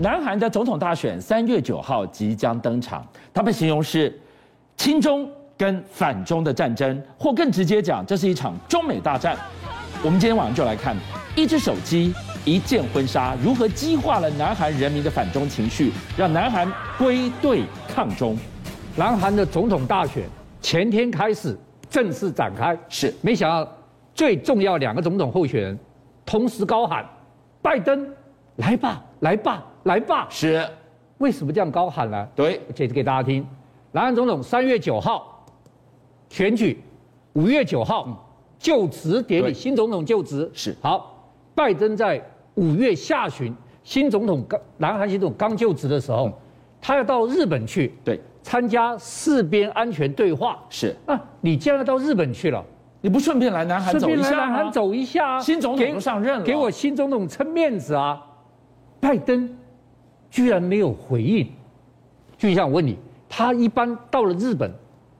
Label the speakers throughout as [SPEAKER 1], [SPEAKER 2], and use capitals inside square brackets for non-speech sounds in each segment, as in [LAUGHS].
[SPEAKER 1] 南韩的总统大选三月九号即将登场，他们形容是亲中跟反中的战争，或更直接讲，这是一场中美大战。我们今天晚上就来看一只手机、一件婚纱如何激化了南韩人民的反中情绪，让南韩归队抗中。
[SPEAKER 2] 南韩的总统大选前天开始正式展开，
[SPEAKER 1] 是
[SPEAKER 2] 没想到最重要两个总统候选人同时高喊：“拜登，来吧，来吧，来吧
[SPEAKER 1] 是，！”
[SPEAKER 2] 为什么这样高喊呢？
[SPEAKER 1] 对，
[SPEAKER 2] 我解释给大家听：南韩总统三月九号选举，五月九号就职典
[SPEAKER 1] 嗯对
[SPEAKER 2] 礼，新总统就职
[SPEAKER 1] 是
[SPEAKER 2] 好。拜登在五月下旬，新总统刚南韩新总统刚就职的时候，他要到日本去
[SPEAKER 1] 嗯对，
[SPEAKER 2] 参加四边安全对话。
[SPEAKER 1] 是。
[SPEAKER 2] 啊，你既然到日本去了，
[SPEAKER 1] 你不顺便来南韩
[SPEAKER 2] 顺
[SPEAKER 1] 走
[SPEAKER 2] 便
[SPEAKER 1] 一
[SPEAKER 2] 来
[SPEAKER 1] 下
[SPEAKER 2] 南
[SPEAKER 1] 吗
[SPEAKER 2] 韩？走一下啊，
[SPEAKER 1] 新总统
[SPEAKER 2] 给
[SPEAKER 1] 都上任了
[SPEAKER 2] 给我新总统撑面子啊！拜登居然没有回应，俊相，我问你，他一般到了日本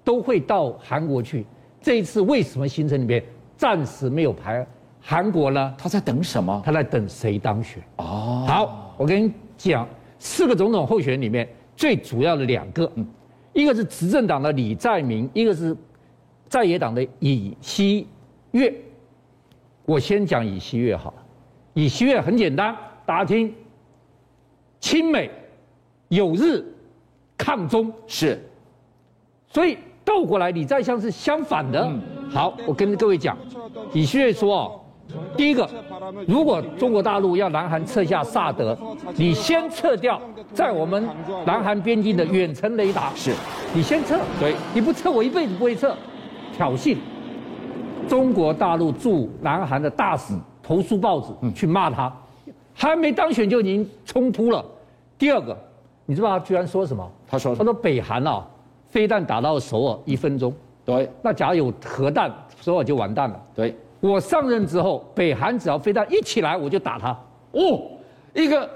[SPEAKER 2] 都会到韩国去，这一次为什么行程里面暂时没有排韩国呢？
[SPEAKER 1] 他在等什么？
[SPEAKER 2] 他在等谁当选？
[SPEAKER 1] 哦，
[SPEAKER 2] 好，我跟你讲，四个总统候选人里面最主要的两个，嗯一个是执政党的李在明，一个是在野党的尹锡悦。我先讲尹锡悦好了，尹锡悦很简单，大家听，亲美、友日、抗中，
[SPEAKER 1] 是
[SPEAKER 2] 所以倒过来李在相是相反的。好，我跟各位讲，尹锡悦说哦，第一个，如果中国大陆要南韩撤下萨德，你先撤掉在我们南韩边境的远程雷达，
[SPEAKER 1] 是，
[SPEAKER 2] 你先撤，
[SPEAKER 1] 对，
[SPEAKER 2] 你不撤我一辈子不会撤，挑衅。中国大陆驻南韩的大使投书报纸去骂他，还没当选就已经冲突了。第二个，你知道他居然说什么？
[SPEAKER 1] 他说
[SPEAKER 2] 他
[SPEAKER 1] 什么？
[SPEAKER 2] 说北韩啊，飞弹打到首尔一分钟，
[SPEAKER 1] 对
[SPEAKER 2] 那假如有核弹，首尔就完蛋了。
[SPEAKER 1] 对，
[SPEAKER 2] 我上任之后，北韩只要飞弹一起来，我就打他。
[SPEAKER 1] 哦，一个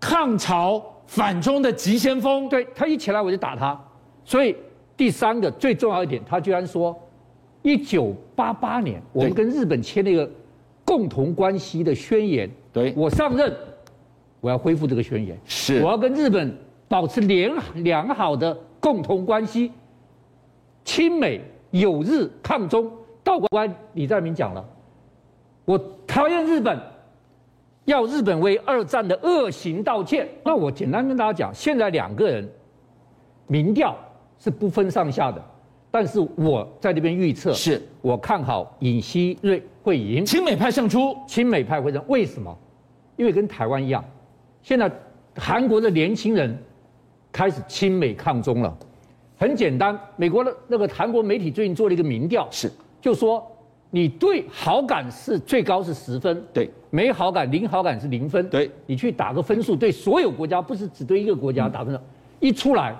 [SPEAKER 1] 抗朝反中的急先锋，
[SPEAKER 2] 对他一起来我就打他。所以第三个最重要一点，他居然说，一九八八年我们
[SPEAKER 1] 对
[SPEAKER 2] 跟日本签了一个共同关系的宣言。
[SPEAKER 1] 对
[SPEAKER 2] 我上任，我要恢复这个宣言。
[SPEAKER 1] 是
[SPEAKER 2] 我要跟日本保持良良好的共同关系，亲美友日抗中。道官李在明讲了，我讨厌日本，要日本为二战的恶行道歉。那我简单跟大家讲，现在两个人民调是不分上下的，但是我在这边预测，
[SPEAKER 1] 是
[SPEAKER 2] 我看好尹锡瑞会赢。
[SPEAKER 1] 亲美派胜出，
[SPEAKER 2] 亲美派会认为什么？因为跟台湾一样，现在韩国的年轻人开始亲美抗中了。很简单，美国的那个韩国媒体最近做了一个民调，
[SPEAKER 1] 是
[SPEAKER 2] 就说你对好感是最高是十分，
[SPEAKER 1] 对
[SPEAKER 2] 没好感零好感是零分，
[SPEAKER 1] 对
[SPEAKER 2] 你去打个分数，对所有国家不是只对一个国家打分数，一出来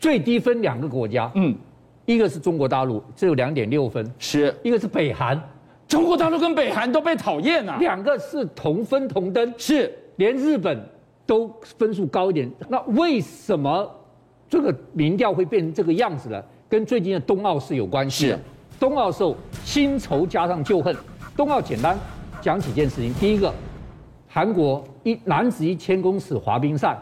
[SPEAKER 2] 最低分两个国家，
[SPEAKER 1] 嗯，
[SPEAKER 2] 一个是中国大陆只有两点六分，
[SPEAKER 1] 是
[SPEAKER 2] 一个是北韩，
[SPEAKER 1] 中国大陆跟北韩都被讨厌呐、
[SPEAKER 2] 两个是同分同登，
[SPEAKER 1] 是
[SPEAKER 2] 连日本都分数高一点，那为什么这个民调会变成这个样子呢？跟最近的冬奥是有关系的
[SPEAKER 1] 是。
[SPEAKER 2] 冬奥时候新仇加上旧恨，冬奥简单讲几件事情。第一个，韩国一男子一千公尺滑冰赛，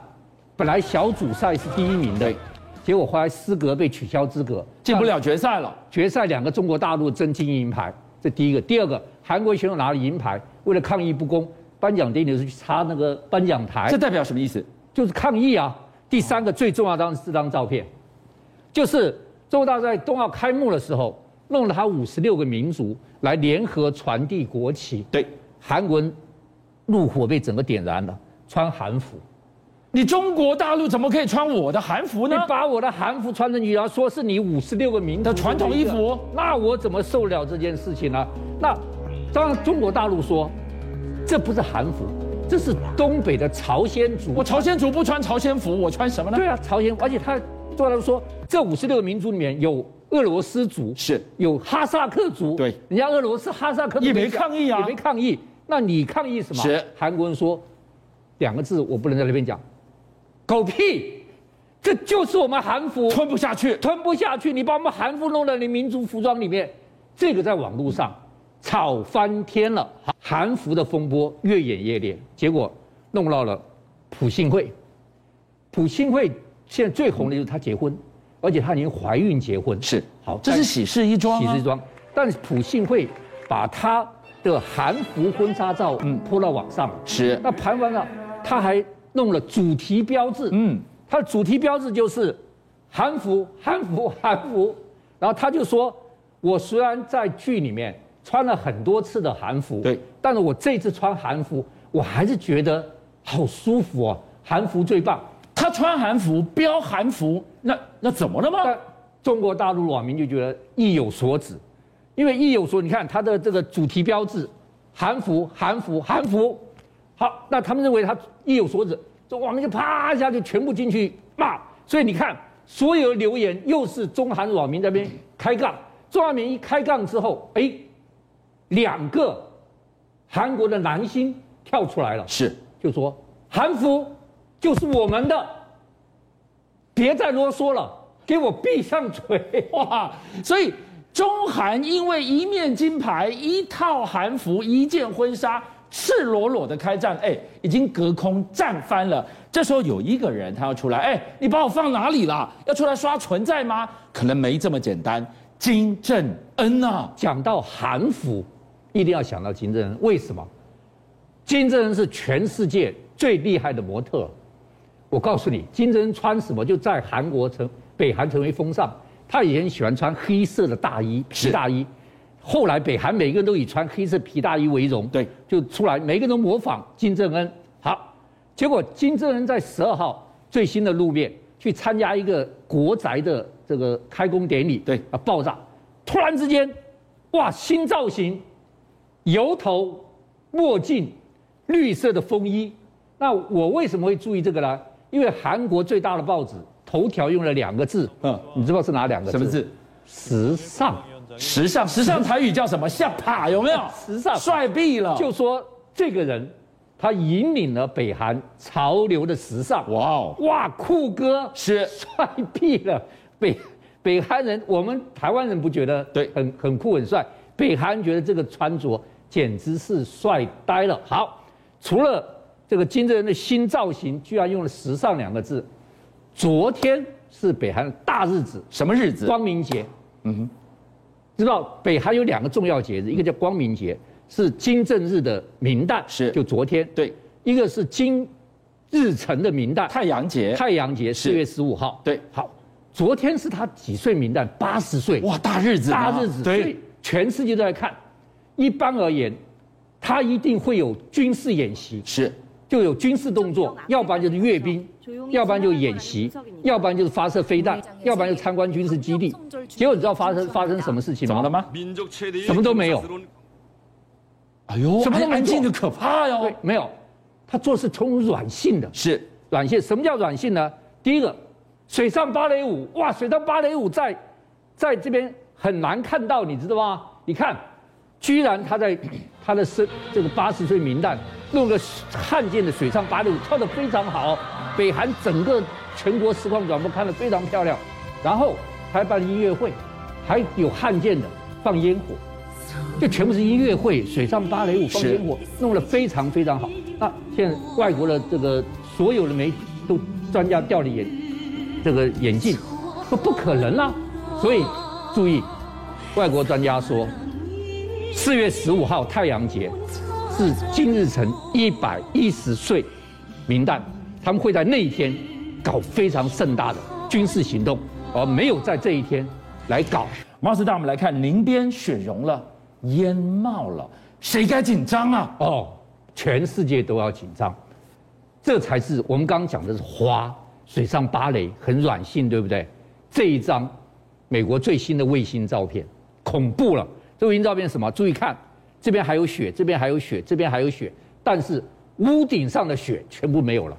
[SPEAKER 2] 本来小组赛是第一名的
[SPEAKER 1] 对，
[SPEAKER 2] 结果后来资格被取消资格，
[SPEAKER 1] 进不了决赛了，
[SPEAKER 2] 决赛两个中国大陆争金银牌，这第一个。第二个，韩国选手拿了银牌，为了抗议不公，颁奖典礼是去擦那个颁奖台
[SPEAKER 1] 这，代表什么意思？
[SPEAKER 2] 就是抗议啊。第三个最重要当然是这张照片，就是中国大陆在冬奥开幕的时候，弄了他五十六个民族来联合传递国旗，
[SPEAKER 1] 对
[SPEAKER 2] 韩国人怒火被整个点燃了，穿韩服。
[SPEAKER 1] 你中国大陆怎么可以穿我的韩服
[SPEAKER 2] 你
[SPEAKER 1] 呢？
[SPEAKER 2] 把我的韩服穿进去，然后说是你五十六个民族
[SPEAKER 1] 的传统衣服
[SPEAKER 2] 那我怎么受得了这件事情呢、那当然，中国大陆说这不是韩服，这是东北的朝鲜族。
[SPEAKER 1] 我朝鲜族不穿朝鲜服，我穿什么呢？
[SPEAKER 2] 对啊，朝鲜，而且他中国大陆说这五十六个民族里面有俄罗斯族，
[SPEAKER 1] 是
[SPEAKER 2] 有哈萨克族，
[SPEAKER 1] 对
[SPEAKER 2] 人家俄罗斯哈萨克族
[SPEAKER 1] 也没
[SPEAKER 2] 讲
[SPEAKER 1] 抗议啊
[SPEAKER 2] 也没抗议。那你抗议什么？
[SPEAKER 1] 是
[SPEAKER 2] 韩国人说两个字，我不能在那边讲，狗屁，这就是我们韩服。
[SPEAKER 1] 吞不下去，
[SPEAKER 2] 吞不下去，你把我们韩服弄到你民族服装里面，这个在网络上吵翻天了，韩服的风波越演越烈，结果弄到了普信会，朴信惠现在最红的就是她结婚，而且她已经怀孕结婚，
[SPEAKER 1] 是
[SPEAKER 2] 好，
[SPEAKER 1] 这是喜事一桩、
[SPEAKER 2] 喜
[SPEAKER 1] 啊，
[SPEAKER 2] 事装。但是朴信惠把她的韩服婚纱照嗯泼到网上，
[SPEAKER 1] 是
[SPEAKER 2] 那盘完了，她还弄了主题标志，
[SPEAKER 1] 嗯，
[SPEAKER 2] 她的主题标志就是韩服、韩服、韩服。然后她就说，我虽然在剧里面穿了很多次的韩服，
[SPEAKER 1] 对，
[SPEAKER 2] 但是我这次穿韩服，我还是觉得好舒服哦，韩服最棒。
[SPEAKER 1] 他穿韩服标韩服，那那怎么了吗？
[SPEAKER 2] 但中国大陆网民就觉得意有所指，因为意有所，你看它的这个主题标志，韩服、韩服、韩服，好，那他们认为它意有所指，这网民就啪一下就全部进去骂，所以你看所有留言又是中韩网民这边开杠，中韩民一开杠之后，哎，两个韩国的男星跳出来了。
[SPEAKER 1] 是
[SPEAKER 2] 就说韩服就是我们的，别再啰嗦了，给我闭上嘴。 [LAUGHS]
[SPEAKER 1] [LAUGHS] 哇，所以中韩因为一面金牌、一套韩服、一件婚纱，赤裸裸的开战，哎，已经隔空战翻了。这时候有一个人他要出来，哎，你把我放哪里啦？要出来刷存在吗？可能没这么简单。金正恩啊，
[SPEAKER 2] 讲到韩服，一定要想到金正恩，为什么？金正恩是全世界最厉害的模特儿。我告诉你，金正恩穿什么就在韩国成北韩成为风尚。他以前喜欢穿黑色的大衣，
[SPEAKER 1] 是
[SPEAKER 2] 皮大衣。后来北韩每个人都以穿黑色皮大衣为荣，
[SPEAKER 1] 对，
[SPEAKER 2] 就出来每个人都模仿金正恩。好，结果金正恩在十二号最新的路面去参加一个国宅的这个开工典礼，
[SPEAKER 1] 对
[SPEAKER 2] 啊爆炸，突然之间，哇，新造型，油头、墨镜、绿色的风衣。那我为什么会注意这个呢？因为韩国最大的报纸头条用了两个字，
[SPEAKER 1] 嗯
[SPEAKER 2] 嗯，你知道是哪两个字？
[SPEAKER 1] 什么？字？
[SPEAKER 2] 时尚。
[SPEAKER 1] 时尚，时尚台语叫什么？下趴有没有？
[SPEAKER 2] 时尚
[SPEAKER 1] 帅毙了！
[SPEAKER 2] 就说这个人，他引领了北韩潮流的时尚。
[SPEAKER 1] 哇哦，
[SPEAKER 2] 哇，酷哥
[SPEAKER 1] 是
[SPEAKER 2] 帅毙了！北北韩人，我们台湾人不觉得
[SPEAKER 1] 对
[SPEAKER 2] 很很酷很帅，北韩人觉得这个穿着简直是帅呆了。好，除了这个金正恩的新造型，居然用了“时尚”两个字。昨天是北韩的大日子，
[SPEAKER 1] 什么日子？
[SPEAKER 2] 光明节。嗯哼，知道北韩有两个重要节
[SPEAKER 1] 嗯
[SPEAKER 2] 日，一个叫光明节，是金正日的明旦，
[SPEAKER 1] 是
[SPEAKER 2] 就昨天；
[SPEAKER 1] 对，
[SPEAKER 2] 一个是金日成的明旦，
[SPEAKER 1] 太阳节。
[SPEAKER 2] 太阳节四月十五号。
[SPEAKER 1] 对
[SPEAKER 2] 好，昨天是他几岁明旦？八十岁，
[SPEAKER 1] 哇，大日子嘛，
[SPEAKER 2] 大日子，所以
[SPEAKER 1] 对，
[SPEAKER 2] 全世界都在看。一般而言，他一定会有军事演习，
[SPEAKER 1] 是
[SPEAKER 2] 就有军事动作，要不然就是阅兵，要不然就是演习，要不然就是发射飞弹，嗯要不然就参观军事基地。结果你知道发生发生什么事情
[SPEAKER 1] 怎么了？吗？
[SPEAKER 2] 什么都没有
[SPEAKER 1] 哎呦，
[SPEAKER 2] 什么都没做
[SPEAKER 1] 安静的可怕哟、
[SPEAKER 2] 对，没有，他做事从软性的，
[SPEAKER 1] 是
[SPEAKER 2] 软性。什么叫软性呢？第一个，水上芭蕾舞，哇，水上芭蕾舞在在这边很难看到，你知道吗？你看，居然他在 [CLEARS THROAT] 他的身这个八十岁名旦弄个汉奸的水上芭蕾舞，跳得非常好，北韩整个全国实况转播看得非常漂亮，然后还办音乐会，还有汉奸的放烟火。就全部是音乐会、水上芭蕾舞、放烟火，弄得非常非常好。那现在外国的这个所有的媒体都专家掉了眼这个眼镜，说不可能啦、所以注意，外国专家说，四月十五号太阳节是金日成一百一十岁明旦，他们会在那一天搞非常盛大的军事行动，而没有在这一天来搞。
[SPEAKER 1] 马斯大，我们来看林边雪融了，烟冒了，谁该紧张啊？
[SPEAKER 2] 哦，全世界都要紧张，这才是我们刚刚讲的是花水上芭蕾很软性，对不对？这一张美国最新的卫星照片，恐怖了。这卫星照片是什么？注意看，这边还有雪，这边还有雪，这边还有雪，但是屋顶上的雪全部没有了。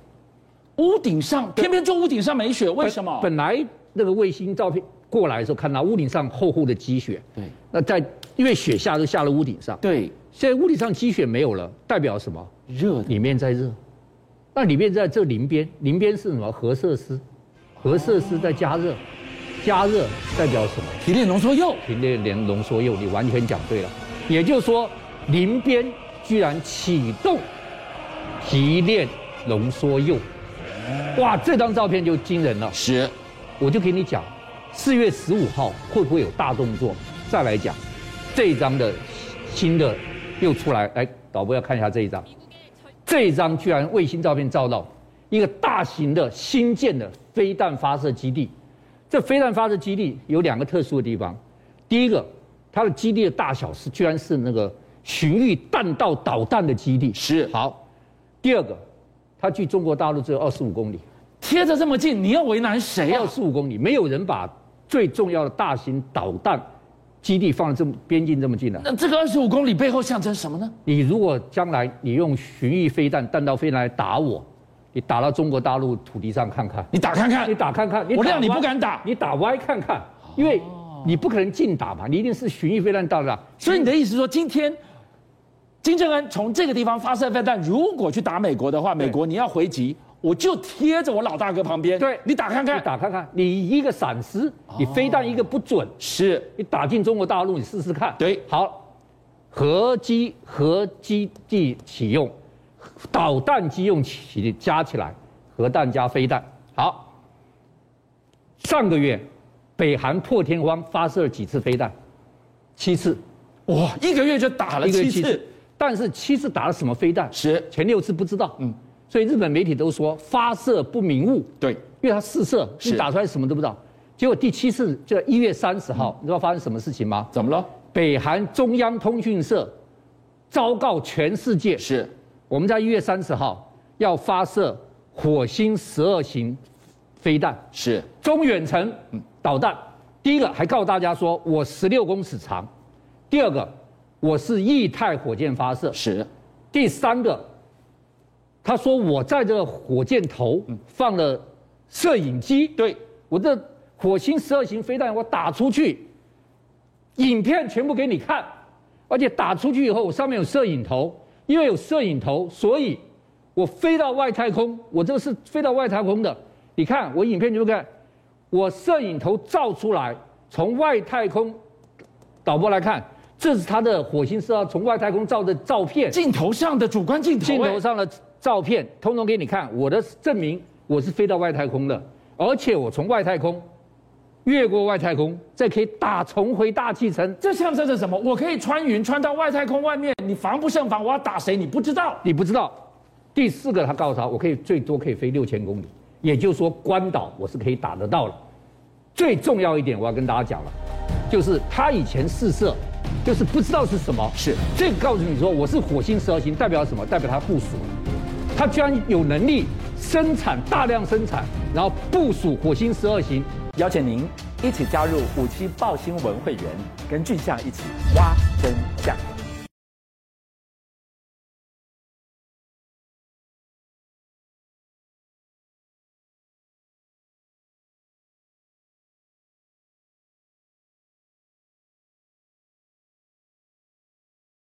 [SPEAKER 1] 屋顶上偏偏就屋顶上没雪，为什么？
[SPEAKER 2] 本来那个卫星照片过来的时候，看到屋顶上厚厚的积雪，
[SPEAKER 1] 对
[SPEAKER 2] 那在因为雪下都下了屋顶上，
[SPEAKER 1] 对，
[SPEAKER 2] 现在屋顶上积雪没有了，代表什么？
[SPEAKER 1] 热的
[SPEAKER 2] 里面在热，那里面在这林边，林边是什么？核设施，核设施在加热，加热代表什么？
[SPEAKER 1] 提炼浓缩铀，
[SPEAKER 2] 停电连浓缩铀，你完全讲对了。也就是说，林边居然启动提炼浓缩铀，哇，这张照片就惊人了。
[SPEAKER 1] 是，
[SPEAKER 2] 我就给你讲，四月十五号会不会有大动作？再来讲，这一张的新的又出来，来导播要看一下这一张，这一张居然卫星照片照到一个大型的新建的飞弹发射基地。这飞弹发射基地有两个特殊的地方，第一个，它的基地的大小是居然是那个巡弋弹道导弹的基地，
[SPEAKER 1] 是
[SPEAKER 2] 好。第二个，它距中国大陆只有二十五公里。
[SPEAKER 1] 贴着这么近，你要为难谁啊
[SPEAKER 2] 二？十五公里，没有人把最重要的大型导弹基地放在这么边境这么近的。
[SPEAKER 1] 那这个二十五公里背后象征什么呢？
[SPEAKER 2] 你如果将来你用巡弋飞弹、弹道飞弹来打我，你打到中国大陆土地上看看，
[SPEAKER 1] 你打看看
[SPEAKER 2] 你，打看看，
[SPEAKER 1] 我
[SPEAKER 2] 打
[SPEAKER 1] 让你
[SPEAKER 2] 歪
[SPEAKER 1] 不敢打
[SPEAKER 2] 你打歪看看，因为你不可能近打嘛，你一定是巡弋飞弹到的。
[SPEAKER 1] 哦所以你的意思是说，今天金正恩从这个地方发射飞弹，如果去打美国的话，美国你要回击，我就贴着我老大哥旁边，
[SPEAKER 2] 对
[SPEAKER 1] 你打看
[SPEAKER 2] 你
[SPEAKER 1] 看，
[SPEAKER 2] 打看看，你一个闪失，你飞弹一个不准，
[SPEAKER 1] 是
[SPEAKER 2] 你打进中国大陆，你试试看。
[SPEAKER 1] 对
[SPEAKER 2] 好，核基核基地启用，导弹机用起加起来，核弹加飞弹。好，上个月北韩破天荒发射了几次飞弹？七次，
[SPEAKER 1] 哇，一个月就打了
[SPEAKER 2] 一个月
[SPEAKER 1] 七次，，
[SPEAKER 2] 但是七次打了什么飞弹？
[SPEAKER 1] 是
[SPEAKER 2] 前六次不知道。嗯，所以日本媒体都说发射不明悟。
[SPEAKER 1] 对，
[SPEAKER 2] 因为他试射，你
[SPEAKER 1] 是
[SPEAKER 2] 打出来什么都不知道。结果第七次就一月三十
[SPEAKER 1] 嗯
[SPEAKER 2] 号，你知道发生什么事情吗？
[SPEAKER 1] 怎么了？
[SPEAKER 2] 北韩中央通讯社昭告全世界，
[SPEAKER 1] 是
[SPEAKER 2] 我们在一月三十号要发射火星十二型飞弹，
[SPEAKER 1] 是
[SPEAKER 2] 中远程导弹。第一个还告诉大家说我十六公尺长，第二个我是液态火箭发射，
[SPEAKER 1] 是，
[SPEAKER 2] 第三个，他说我在这个火箭头放了摄影机，
[SPEAKER 1] 对，
[SPEAKER 2] 我这火星十二型飞弹我打出去，影片全部给你看，而且打出去以后，我上面有摄影头，因为有摄影头，所以我飞到外太空，我这个是飞到外太空的。你看我影片你就看，我摄影头照出来，从外太空导播来看，这是他的火星十二从外太空照的照片。
[SPEAKER 1] 镜头上的主观镜头，
[SPEAKER 2] 镜
[SPEAKER 1] 哎
[SPEAKER 2] 头上的照片，通通给你看，我的证明我是飞到外太空的，而且我从外太空越过外太空，再可以打重回大气层。
[SPEAKER 1] 这象征着什么？我可以穿云穿到外太空外面，你防不胜防，我要打谁你不知道，
[SPEAKER 2] 你不知道，第四个他告诉他，我可以最多可以飞六千公里，也就是说关岛我是可以打得到了。最重要一点，我要跟大家讲了，就是他以前试射，就是不知道是什么，
[SPEAKER 1] 是
[SPEAKER 2] 这个告诉你说我是火星十二型，代表什么？代表他部署了，他居然有能力生产大量生产，然后部署火星十二型，
[SPEAKER 3] 邀请您一起加入五七报新闻会员，跟俊相一起挖真相。